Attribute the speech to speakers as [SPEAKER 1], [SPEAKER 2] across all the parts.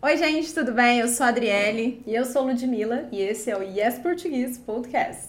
[SPEAKER 1] Oi, gente, tudo bem? Eu sou a Adriele
[SPEAKER 2] E eu sou Ludmilla e esse é o Yes Português Podcast.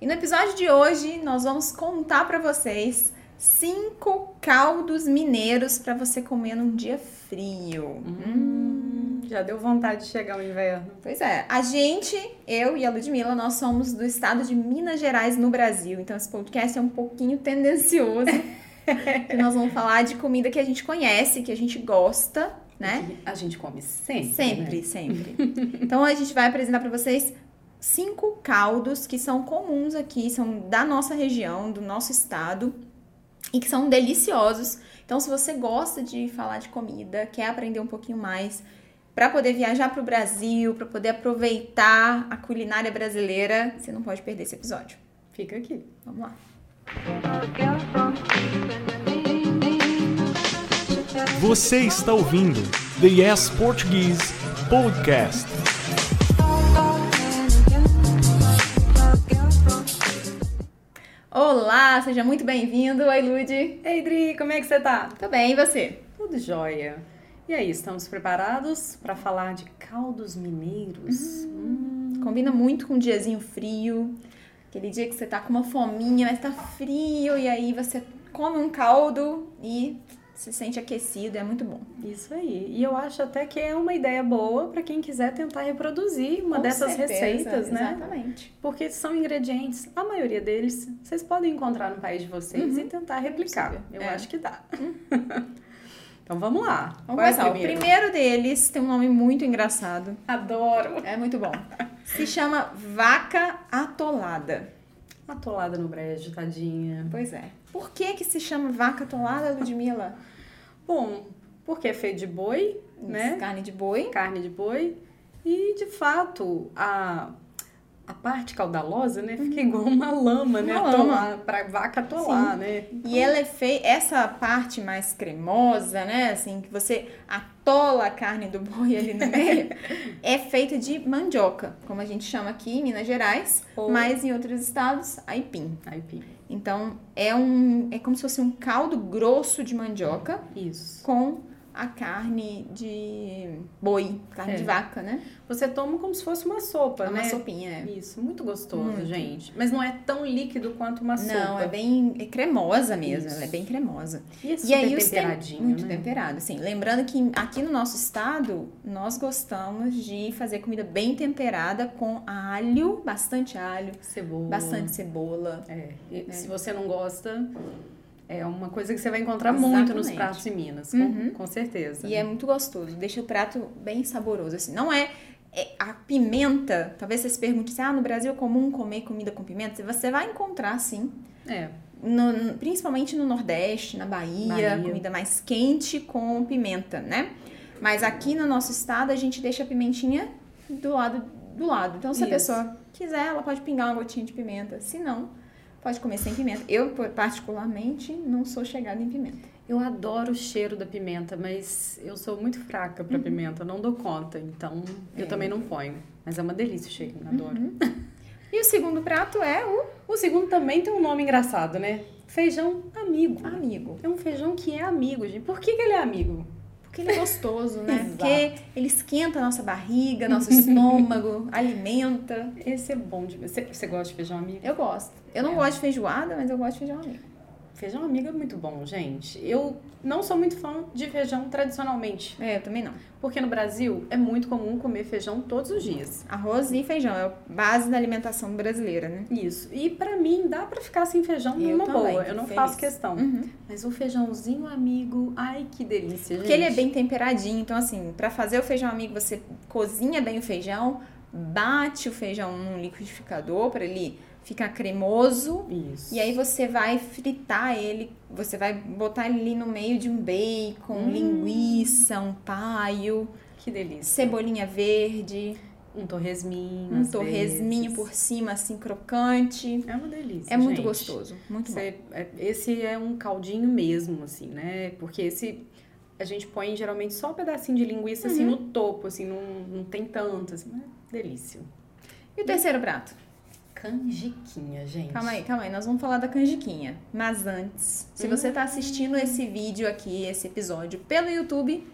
[SPEAKER 1] e no episódio de hoje nós vamos contar pra vocês cinco caldos mineiros pra você comer num dia frio.
[SPEAKER 2] Hum, Já deu vontade de chegar o inverno.
[SPEAKER 1] Pois é, a gente, eu e a Ludmilla, nós somos do estado de Minas Gerais, no Brasil. Então esse podcast é um pouquinho tendencioso. que nós vamos falar de comida que a gente conhece, que a gente gosta, né?
[SPEAKER 2] E É? A gente come sempre. né?
[SPEAKER 1] Sempre, sempre. Então a gente vai apresentar pra vocês cinco caldos que são comuns aqui, são da nossa região, do nosso estado e que são deliciosos. Então se você gosta de falar de comida, quer aprender um pouquinho mais pra poder viajar pro Brasil, pra poder aproveitar a culinária brasileira, você não pode perder esse episódio.
[SPEAKER 2] Né? Fica aqui.
[SPEAKER 1] Vamos lá.
[SPEAKER 3] Você está ouvindo The Yes Portuguese Podcast.
[SPEAKER 1] Olá, seja muito bem-vindo, Oi Lud.
[SPEAKER 2] Ei, Dri, como é que você tá?
[SPEAKER 1] Tudo bem, e você?
[SPEAKER 2] Tudo jóia. E aí, estamos preparados para falar de caldos mineiros? Hum.
[SPEAKER 1] Combina muito com um diazinho frio. Aquele dia que você tá com uma fominha, mas tá frio, e aí você come um caldo e se sente aquecido, é muito bom.
[SPEAKER 2] Isso aí. E eu acho até que é uma ideia boa para quem quiser tentar reproduzir uma
[SPEAKER 1] Com
[SPEAKER 2] dessas
[SPEAKER 1] certeza,
[SPEAKER 2] receitas, né?
[SPEAKER 1] Exatamente.
[SPEAKER 2] Porque são ingredientes, a maioria deles, vocês podem encontrar no país de vocês
[SPEAKER 1] Uhum.
[SPEAKER 2] e tentar replicar.
[SPEAKER 1] possível,
[SPEAKER 2] Eu
[SPEAKER 1] é. Uhum.
[SPEAKER 2] acho que dá. então vamos lá.
[SPEAKER 1] Vamos
[SPEAKER 2] Qual é o
[SPEAKER 1] começar. O primeiro? deles tem um nome muito engraçado.
[SPEAKER 2] Adoro.
[SPEAKER 1] É muito bom. Se chama vaca atolada.
[SPEAKER 2] Atolada no brejo, tadinha.
[SPEAKER 1] Pois é. Por que que se chama vaca atolada, Ludmilla?
[SPEAKER 2] Bom, porque é feito de boi, né?
[SPEAKER 1] Carne de boi.
[SPEAKER 2] Carne de boi. E, de fato, a, a parte caudalosa, né? Fica igual uma lama, né?
[SPEAKER 1] Uhum. Uma lama.
[SPEAKER 2] Atolar, pra vaca atolar, né?
[SPEAKER 1] E ela é feita, essa parte mais cremosa, né? Assim, que você atola a carne do boi ali no meio, é feita de mandioca, como a gente chama aqui em Minas Gerais,
[SPEAKER 2] Ou-
[SPEAKER 1] mas em outros estados, aipim.
[SPEAKER 2] Aipim.
[SPEAKER 1] Então, é um. É como se fosse um caldo grosso de mandioca
[SPEAKER 2] Isso.
[SPEAKER 1] com a carne de boi, carne
[SPEAKER 2] É.
[SPEAKER 1] de vaca, né?
[SPEAKER 2] Você toma como se fosse uma sopa,
[SPEAKER 1] É
[SPEAKER 2] né?
[SPEAKER 1] uma sopinha, é.
[SPEAKER 2] Isso, muito gostoso,
[SPEAKER 1] Muito.
[SPEAKER 2] gente. Mas não é tão líquido quanto uma sopa.
[SPEAKER 1] Não, é bem é cremosa mesmo,
[SPEAKER 2] Isso.
[SPEAKER 1] ela é bem cremosa.
[SPEAKER 2] E, é
[SPEAKER 1] E
[SPEAKER 2] super
[SPEAKER 1] aí os tem-
[SPEAKER 2] temperadinho,
[SPEAKER 1] muito
[SPEAKER 2] né?
[SPEAKER 1] temperado, assim. Lembrando que aqui no nosso estado, nós gostamos de fazer comida bem temperada com alho, bastante alho,
[SPEAKER 2] Cebola.
[SPEAKER 1] bastante cebola.
[SPEAKER 2] É. E
[SPEAKER 1] É.
[SPEAKER 2] Se você não gosta, é uma coisa que você vai encontrar muito nos
[SPEAKER 1] Exatamente.
[SPEAKER 2] pratos de Minas, com,
[SPEAKER 1] Uhum.
[SPEAKER 2] com certeza.
[SPEAKER 1] E é muito gostoso, deixa o prato bem saboroso, assim. Não é, é a pimenta, talvez você se pergunte se ah, no Brasil é comum comer comida com pimenta, você vai encontrar sim.
[SPEAKER 2] É,
[SPEAKER 1] no- no- principalmente no Nordeste, na Bahia,
[SPEAKER 2] Bahia.
[SPEAKER 1] comida mais quente com pimenta, né? Mas aqui no nosso estado a gente deixa a pimentinha do lado do lado. Então se a
[SPEAKER 2] Isso.
[SPEAKER 1] pessoa quiser, ela pode pingar uma gotinha de pimenta. Se não, pode comer sem pimenta. Eu por- particularmente não sou chegada em pimenta.
[SPEAKER 2] Eu adoro o cheiro da pimenta, mas eu sou muito fraca pra pimenta, não dou conta, então
[SPEAKER 1] Uhum. É. Uhum.
[SPEAKER 2] eu também não ponho. Mas é uma delícia o cheiro, eu adoro.
[SPEAKER 1] E o segundo prato é o
[SPEAKER 2] O segundo também tem um nome engraçado, né? Feijão amigo.
[SPEAKER 1] amigo,
[SPEAKER 2] É um feijão que é amigo, gente. Por que, que ele é amigo?
[SPEAKER 1] porque ele é gostoso, né?
[SPEAKER 2] Exato.
[SPEAKER 1] Porque ele esquenta a nossa barriga, nosso estômago, alimenta.
[SPEAKER 2] Esse é bom de. Você, você gosta de feijão amigo?
[SPEAKER 1] Eu gosto. Eu não
[SPEAKER 2] É.
[SPEAKER 1] gosto de feijoada, mas eu gosto de feijão amigo.
[SPEAKER 2] Feijão amigo é muito bom, gente. Eu não sou muito fã de feijão tradicionalmente,
[SPEAKER 1] É, eu também não.
[SPEAKER 2] porque no Brasil é muito comum comer feijão todos os dias.
[SPEAKER 1] Arroz e feijão é a base da alimentação brasileira, né?
[SPEAKER 2] Isso. E pra mim dá pra ficar sem feijão
[SPEAKER 1] Eu
[SPEAKER 2] numa
[SPEAKER 1] também,
[SPEAKER 2] boa.
[SPEAKER 1] tô
[SPEAKER 2] Eu não
[SPEAKER 1] feliz.
[SPEAKER 2] faço questão.
[SPEAKER 1] Uhum.
[SPEAKER 2] Hum. Mas o feijãozinho amigo, ai que delícia, gente.
[SPEAKER 1] Porque ele é bem temperadinho, então assim, pra fazer o feijão amigo, você cozinha bem o feijão, bate o feijão num liquidificador pra ele ficar cremoso.
[SPEAKER 2] Isso.
[SPEAKER 1] E aí você vai fritar ele, você vai botar ele ali no meio de um bacon,
[SPEAKER 2] Hum.
[SPEAKER 1] linguiça, um paio,
[SPEAKER 2] Que delícia.
[SPEAKER 1] cebolinha verde,
[SPEAKER 2] Um torresminho.
[SPEAKER 1] um
[SPEAKER 2] às
[SPEAKER 1] torresminho
[SPEAKER 2] vezes.
[SPEAKER 1] por cima, assim, crocante.
[SPEAKER 2] É uma delícia.
[SPEAKER 1] É muito
[SPEAKER 2] gente.
[SPEAKER 1] gostoso, muito bom.
[SPEAKER 2] Você- é- esse é um caldinho mesmo, assim, né? Porque esse a gente põe geralmente só um pedacinho de linguiça assim no topo, assim, não, não tem tanto, assim, mas é delícia.
[SPEAKER 1] E o terceiro prato?
[SPEAKER 2] Canjiquinha, gente.
[SPEAKER 1] Calma aí, calma aí, nós vamos falar da canjiquinha. Mas antes, se você tá assistindo esse vídeo aqui, esse episódio pelo YouTube,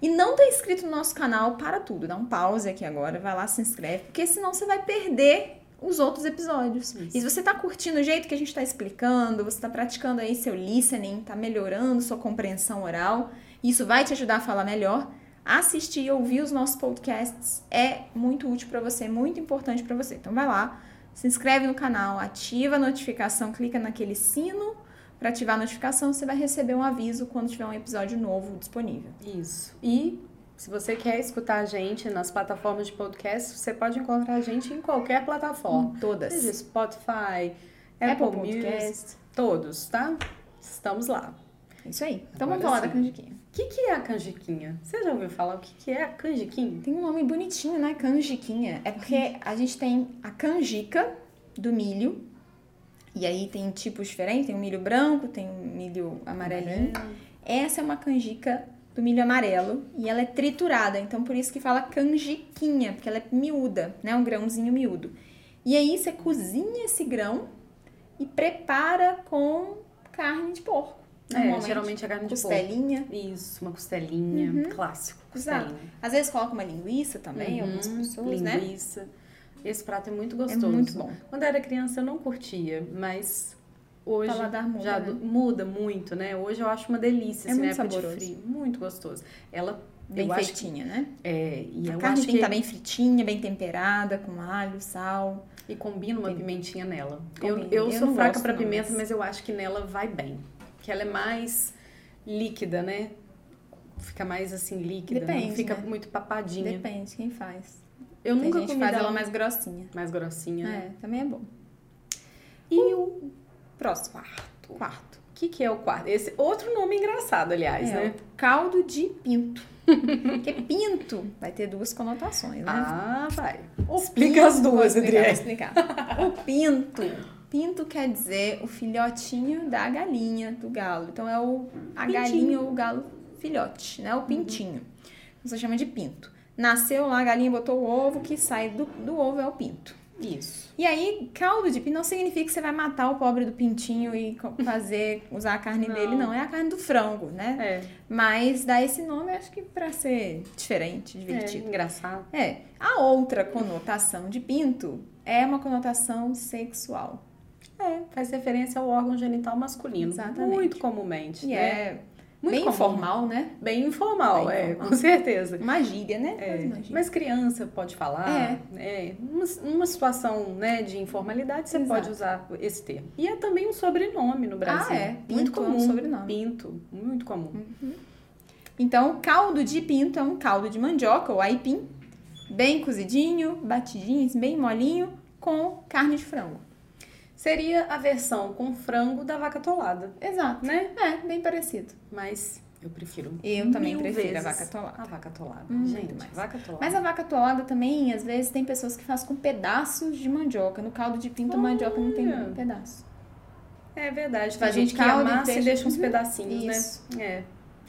[SPEAKER 1] e não tá inscrito no nosso canal, para tudo. Dá um pause aqui agora, vai lá, se inscreve, porque senão você vai perder os outros episódios.
[SPEAKER 2] Isso.
[SPEAKER 1] E se você tá curtindo o jeito que a gente tá explicando, você tá praticando aí seu listening, tá melhorando sua compreensão oral, isso vai te ajudar a falar melhor. Assistir e ouvir os nossos podcasts é muito útil para você, muito importante para você. Então vai lá, se inscreve no canal, ativa a notificação, clica naquele sino para ativar a notificação, você vai receber um aviso quando tiver um episódio novo disponível.
[SPEAKER 2] Isso. E se você quer escutar a gente nas plataformas de podcast, você pode encontrar a gente em qualquer plataforma. Seja
[SPEAKER 1] Todas.
[SPEAKER 2] Spotify, Apple,
[SPEAKER 1] Apple
[SPEAKER 2] Music,
[SPEAKER 1] É Podcast.
[SPEAKER 2] todos, tá? Estamos lá.
[SPEAKER 1] Isso aí. Então
[SPEAKER 2] Agora
[SPEAKER 1] vamos falar
[SPEAKER 2] sim.
[SPEAKER 1] da canjiquinha.
[SPEAKER 2] O que, que é a canjiquinha? Você já ouviu falar o que, que é a canjiquinha?
[SPEAKER 1] Tem um nome bonitinho, né? Canjiquinha. É porque a gente tem a canjica do milho. E aí tem tipos diferentes. Tem o milho branco, tem o milho amarelinho. Essa é uma canjica do milho amarelo. E ela é triturada. Então por isso que fala canjiquinha. Porque ela é miúda, né? Um grãozinho miúdo. E aí você cozinha esse grão e prepara com carne de porco.
[SPEAKER 2] É,
[SPEAKER 1] Normalmente.
[SPEAKER 2] geralmente é carne de porco. Uhum.
[SPEAKER 1] Costelinha.
[SPEAKER 2] Isso, uma costelinha, clássico,
[SPEAKER 1] Exato.
[SPEAKER 2] costelinha.
[SPEAKER 1] Às vezes coloca uma linguiça também,
[SPEAKER 2] Uhum,
[SPEAKER 1] algumas pessoas, né?
[SPEAKER 2] linguiça. Esse prato é muito
[SPEAKER 1] É
[SPEAKER 2] gostoso.
[SPEAKER 1] muito bom.
[SPEAKER 2] Quando eu era criança eu não curtia, mas hoje
[SPEAKER 1] Paladar muda,
[SPEAKER 2] já
[SPEAKER 1] né?
[SPEAKER 2] do- muda muito, né? Hoje eu acho uma delícia,
[SPEAKER 1] É
[SPEAKER 2] assim, na
[SPEAKER 1] muito
[SPEAKER 2] época
[SPEAKER 1] saboroso.
[SPEAKER 2] de frio, muito gostoso. Ela
[SPEAKER 1] Bem
[SPEAKER 2] eu acho
[SPEAKER 1] feitinha, né?
[SPEAKER 2] que- é, e
[SPEAKER 1] A
[SPEAKER 2] eu
[SPEAKER 1] carne
[SPEAKER 2] acho
[SPEAKER 1] tem
[SPEAKER 2] que
[SPEAKER 1] que tá bem fritinha, bem temperada, com alho, sal.
[SPEAKER 2] e combina uma pimentinha nela. Eu,
[SPEAKER 1] Combina.
[SPEAKER 2] eu
[SPEAKER 1] Eu
[SPEAKER 2] sou
[SPEAKER 1] não
[SPEAKER 2] fraca
[SPEAKER 1] gosto,
[SPEAKER 2] pra
[SPEAKER 1] não,
[SPEAKER 2] pimenta,
[SPEAKER 1] mas-
[SPEAKER 2] mas eu acho que nela vai bem, que ela é mais líquida, né? Fica mais assim líquida, não
[SPEAKER 1] Depende,
[SPEAKER 2] fica
[SPEAKER 1] né?
[SPEAKER 2] muito papadinha.
[SPEAKER 1] Depende quem faz.
[SPEAKER 2] Eu
[SPEAKER 1] Tem
[SPEAKER 2] nunca
[SPEAKER 1] gente que
[SPEAKER 2] comi
[SPEAKER 1] faz
[SPEAKER 2] dela
[SPEAKER 1] ela mais grossinha.
[SPEAKER 2] mais grossinha. né?
[SPEAKER 1] É, também é bom.
[SPEAKER 2] E o
[SPEAKER 1] Próximo.
[SPEAKER 2] quarto?
[SPEAKER 1] Quarto.
[SPEAKER 2] O que, que é o quarto? Esse outro nome engraçado, aliás,
[SPEAKER 1] é
[SPEAKER 2] né?
[SPEAKER 1] o caldo de pinto. Porque pinto vai ter duas conotações, né?
[SPEAKER 2] Ah, vai.
[SPEAKER 1] O
[SPEAKER 2] Explica as
[SPEAKER 1] pinto-
[SPEAKER 2] duas,
[SPEAKER 1] vou explicar,
[SPEAKER 2] Adriele.
[SPEAKER 1] vou explicar. O pinto. Pinto quer dizer o filhotinho da galinha, do galo. Então é o, a
[SPEAKER 2] Pintinho. Uhum.
[SPEAKER 1] galinha ou o galo filhote, né? O pintinho. Você chama de pinto. Nasceu lá, a galinha botou o ovo, que sai do, do ovo é o pinto.
[SPEAKER 2] Isso.
[SPEAKER 1] E aí, caldo de pinto não significa que você vai matar o pobre do pintinho e co- fazer, usar a carne
[SPEAKER 2] Não.
[SPEAKER 1] dele, não. É a carne do frango, né?
[SPEAKER 2] É,
[SPEAKER 1] Mas dá esse nome, acho que pra ser diferente,
[SPEAKER 2] é
[SPEAKER 1] divertido.
[SPEAKER 2] engraçado.
[SPEAKER 1] É. A outra conotação de pinto é uma conotação sexual.
[SPEAKER 2] É, faz referência ao órgão genital masculino.
[SPEAKER 1] Exatamente.
[SPEAKER 2] Muito comumente.
[SPEAKER 1] E
[SPEAKER 2] né?
[SPEAKER 1] é
[SPEAKER 2] Muito
[SPEAKER 1] bem
[SPEAKER 2] comum.
[SPEAKER 1] informal, né?
[SPEAKER 2] Bem informal,
[SPEAKER 1] Bem
[SPEAKER 2] é,
[SPEAKER 1] informal.
[SPEAKER 2] com certeza.
[SPEAKER 1] Uma gíria, né?
[SPEAKER 2] É,
[SPEAKER 1] Quase uma gíria.
[SPEAKER 2] mas criança pode falar. É. Numa, numa situação né, de informalidade, você
[SPEAKER 1] Exato.
[SPEAKER 2] pode usar esse termo. E é também um sobrenome no Brasil.
[SPEAKER 1] Ah, é.
[SPEAKER 2] Muito
[SPEAKER 1] Pinto é um
[SPEAKER 2] comum.
[SPEAKER 1] sobrenome.
[SPEAKER 2] Pinto. Muito comum.
[SPEAKER 1] Então, caldo de pinto é um caldo de mandioca ou aipim, bem cozidinho, batidinho, bem molinho, com carne de frango.
[SPEAKER 2] Seria a versão com frango da vaca tolada,
[SPEAKER 1] Exato.
[SPEAKER 2] né?
[SPEAKER 1] É, bem parecido.
[SPEAKER 2] Mas eu prefiro.
[SPEAKER 1] Eu também
[SPEAKER 2] mil
[SPEAKER 1] prefiro a
[SPEAKER 2] vezes
[SPEAKER 1] vaca atolada.
[SPEAKER 2] A vaca tolada.
[SPEAKER 1] Muito
[SPEAKER 2] Gente,
[SPEAKER 1] mais.
[SPEAKER 2] vaca tolada.
[SPEAKER 1] Mas a vaca atolada também, às vezes, tem pessoas que fazem com pedaços de mandioca. No caldo de pinto, a mandioca não tem
[SPEAKER 2] Olha.
[SPEAKER 1] nenhum pedaço.
[SPEAKER 2] É verdade, tem
[SPEAKER 1] Faz
[SPEAKER 2] gente
[SPEAKER 1] um
[SPEAKER 2] que
[SPEAKER 1] caldo e
[SPEAKER 2] amassa e
[SPEAKER 1] deixa-
[SPEAKER 2] deixa uns
[SPEAKER 1] Uhum,
[SPEAKER 2] pedacinhos,
[SPEAKER 1] isso.
[SPEAKER 2] né? É.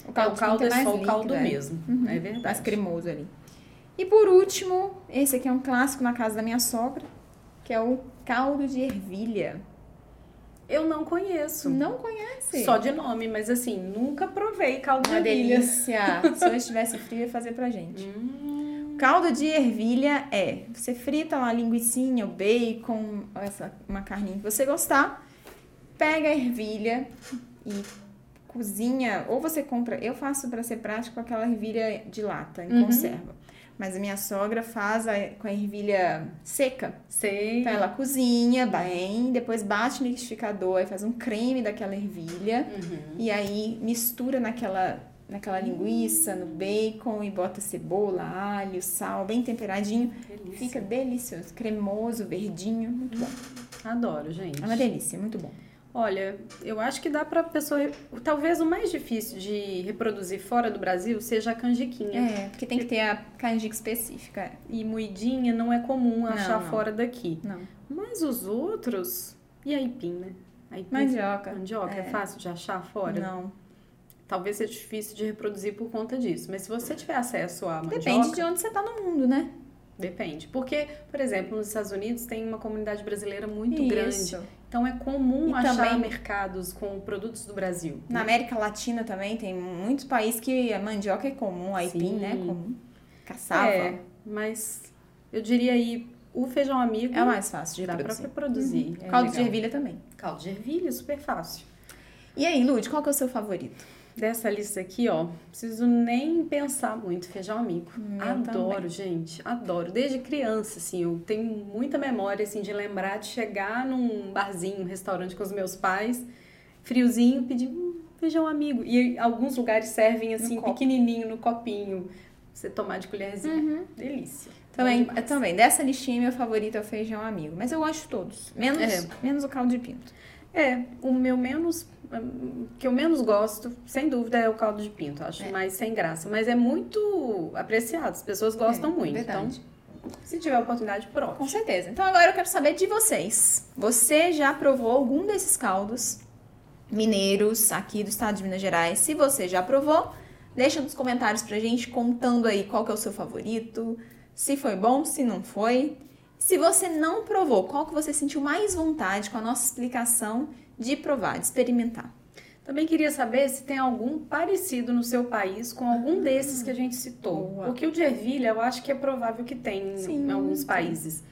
[SPEAKER 1] O
[SPEAKER 2] O caldo
[SPEAKER 1] pinto
[SPEAKER 2] é só o
[SPEAKER 1] líquido,
[SPEAKER 2] caldo
[SPEAKER 1] é.
[SPEAKER 2] mesmo.
[SPEAKER 1] Uhum.
[SPEAKER 2] É verdade.
[SPEAKER 1] mais cremoso ali. E por último, esse aqui é um clássico na casa da minha sogra, que é o caldo de ervilha.
[SPEAKER 2] Eu não conheço.
[SPEAKER 1] Não conhece?
[SPEAKER 2] Só de nome, mas assim, nunca provei caldo
[SPEAKER 1] uma
[SPEAKER 2] de ervilha.
[SPEAKER 1] delícia. Se hoje estivesse frio, ia fazer pra gente. Caldo de ervilha é, você frita lá a linguiçinha, o bacon, essa, uma carninha que você gostar, pega a ervilha e cozinha, ou você compra, eu faço pra ser prático aquela ervilha de lata, em
[SPEAKER 2] Uhum.
[SPEAKER 1] conserva. Mas a minha sogra faz a- com a ervilha seca.
[SPEAKER 2] Sei.
[SPEAKER 1] Então ela cozinha bem, depois bate no liquidificador e faz um creme daquela ervilha.
[SPEAKER 2] Uhum.
[SPEAKER 1] E aí mistura naquela, naquela linguiça, no bacon e bota cebola, alho, sal, bem temperadinho.
[SPEAKER 2] Delícia.
[SPEAKER 1] Fica delicioso, cremoso, verdinho, muito bom.
[SPEAKER 2] Adoro, gente.
[SPEAKER 1] É uma delícia, muito bom.
[SPEAKER 2] Olha, eu acho que dá pra pessoa. Talvez o mais difícil de reproduzir fora do Brasil seja a canjiquinha.
[SPEAKER 1] É, porque tem que ter a canjica específica. é.
[SPEAKER 2] E moidinha não é comum achar
[SPEAKER 1] não.
[SPEAKER 2] fora daqui.
[SPEAKER 1] Não.
[SPEAKER 2] Mas os outros. E aipim, né? Aipim.
[SPEAKER 1] Mandioca.
[SPEAKER 2] Mandioca é,
[SPEAKER 1] É.
[SPEAKER 2] fácil de achar fora?
[SPEAKER 1] Não.
[SPEAKER 2] Talvez seja difícil de reproduzir por conta disso. Mas se você tiver acesso à mandioca...
[SPEAKER 1] Depende de onde você tá no mundo, né?
[SPEAKER 2] Depende. Porque, por exemplo, nos Estados Unidos tem uma comunidade brasileira muito grande.
[SPEAKER 1] Isso.
[SPEAKER 2] Então é comum
[SPEAKER 1] E
[SPEAKER 2] achar
[SPEAKER 1] também-
[SPEAKER 2] mercados com produtos do Brasil.
[SPEAKER 1] Na América Latina também tem muitos países que a mandioca é comum, a aipim,
[SPEAKER 2] Sim.
[SPEAKER 1] né? Comum. Caçava.
[SPEAKER 2] É,
[SPEAKER 1] É,
[SPEAKER 2] mas eu diria aí o feijão amigo
[SPEAKER 1] É o mais fácil de
[SPEAKER 2] dá pra
[SPEAKER 1] produzir.
[SPEAKER 2] produzir. É
[SPEAKER 1] Uhum. Caldo de
[SPEAKER 2] legal.
[SPEAKER 1] ervilha também.
[SPEAKER 2] Caldo de ervilha, super fácil.
[SPEAKER 1] E aí, Lud, qual que é o seu favorito?
[SPEAKER 2] Dessa lista aqui, ó, preciso nem pensar muito, feijão amigo.
[SPEAKER 1] Meu
[SPEAKER 2] adoro,
[SPEAKER 1] também.
[SPEAKER 2] gente, adoro. Desde criança, assim, eu tenho muita memória, assim, de lembrar de chegar num barzinho, um restaurante com os meus pais, friozinho, pedir "Hum, feijão amigo. E alguns lugares servem, assim,
[SPEAKER 1] copo.
[SPEAKER 2] pequenininho, no copinho, pra você tomar de colherzinha. Delícia.
[SPEAKER 1] Uhum. Também,
[SPEAKER 2] Bom
[SPEAKER 1] eu
[SPEAKER 2] demais.
[SPEAKER 1] também. Dessa listinha, meu favorito é o feijão amigo. Mas eu gosto de todos. Menos,
[SPEAKER 2] É.
[SPEAKER 1] menos o caldo de pinto.
[SPEAKER 2] É, o meu menos, hum, que eu menos gosto, sem dúvida, é o caldo de pinto. Acho mais sem graça, mas é muito apreciado. As pessoas gostam
[SPEAKER 1] É,
[SPEAKER 2] muito.
[SPEAKER 1] verdade.
[SPEAKER 2] Então, se tiver oportunidade,
[SPEAKER 1] Com
[SPEAKER 2] prova.
[SPEAKER 1] certeza. Então agora eu quero saber de vocês. Você já provou algum desses caldos mineiros aqui do estado de Minas Gerais? Se você já provou, deixa nos comentários pra gente contando aí qual que é o seu favorito, se foi bom, se não foi. Se você não provou, qual que você sentiu mais vontade com a nossa explicação de provar, de experimentar?
[SPEAKER 2] Também queria saber se tem algum parecido no seu país com algum desses que a gente citou.
[SPEAKER 1] Ah. Boa.
[SPEAKER 2] Porque o de ervilha, eu acho que é provável que tenha
[SPEAKER 1] Sim,
[SPEAKER 2] em alguns
[SPEAKER 1] sim.
[SPEAKER 2] países.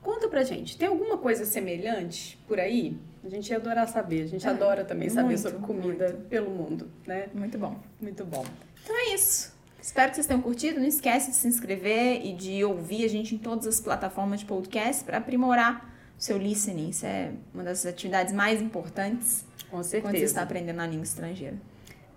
[SPEAKER 2] Conta pra gente, tem alguma coisa semelhante por aí? A gente ia adorar saber. A gente
[SPEAKER 1] É,
[SPEAKER 2] adora também saber
[SPEAKER 1] muito,
[SPEAKER 2] sobre comida pelo mundo, né?
[SPEAKER 1] Muito bom.
[SPEAKER 2] Muito bom.
[SPEAKER 1] Então é isso. Espero que vocês tenham curtido. Não esquece de se inscrever e de ouvir a gente em todas as plataformas de podcast para aprimorar o seu listening. Isso é uma das atividades mais importantes
[SPEAKER 2] Com
[SPEAKER 1] quando você
[SPEAKER 2] certeza.
[SPEAKER 1] está aprendendo a língua estrangeira.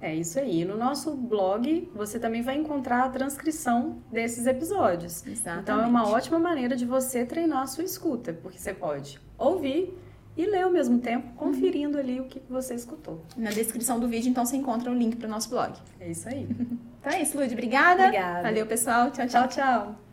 [SPEAKER 2] É isso aí. No nosso blog, você também vai encontrar a transcrição desses episódios.
[SPEAKER 1] Exatamente.
[SPEAKER 2] Então, é uma ótima maneira de você treinar a sua escuta, porque você pode ouvir e ler ao mesmo tempo, conferindo ali o que você escutou.
[SPEAKER 1] Na descrição do vídeo, então, você encontra o link para o nosso blog.
[SPEAKER 2] É isso aí.
[SPEAKER 1] Então é isso, Lud. Obrigada.
[SPEAKER 2] Obrigada.
[SPEAKER 1] Valeu, pessoal. Tchau, tchau.
[SPEAKER 2] Tchau, tchau.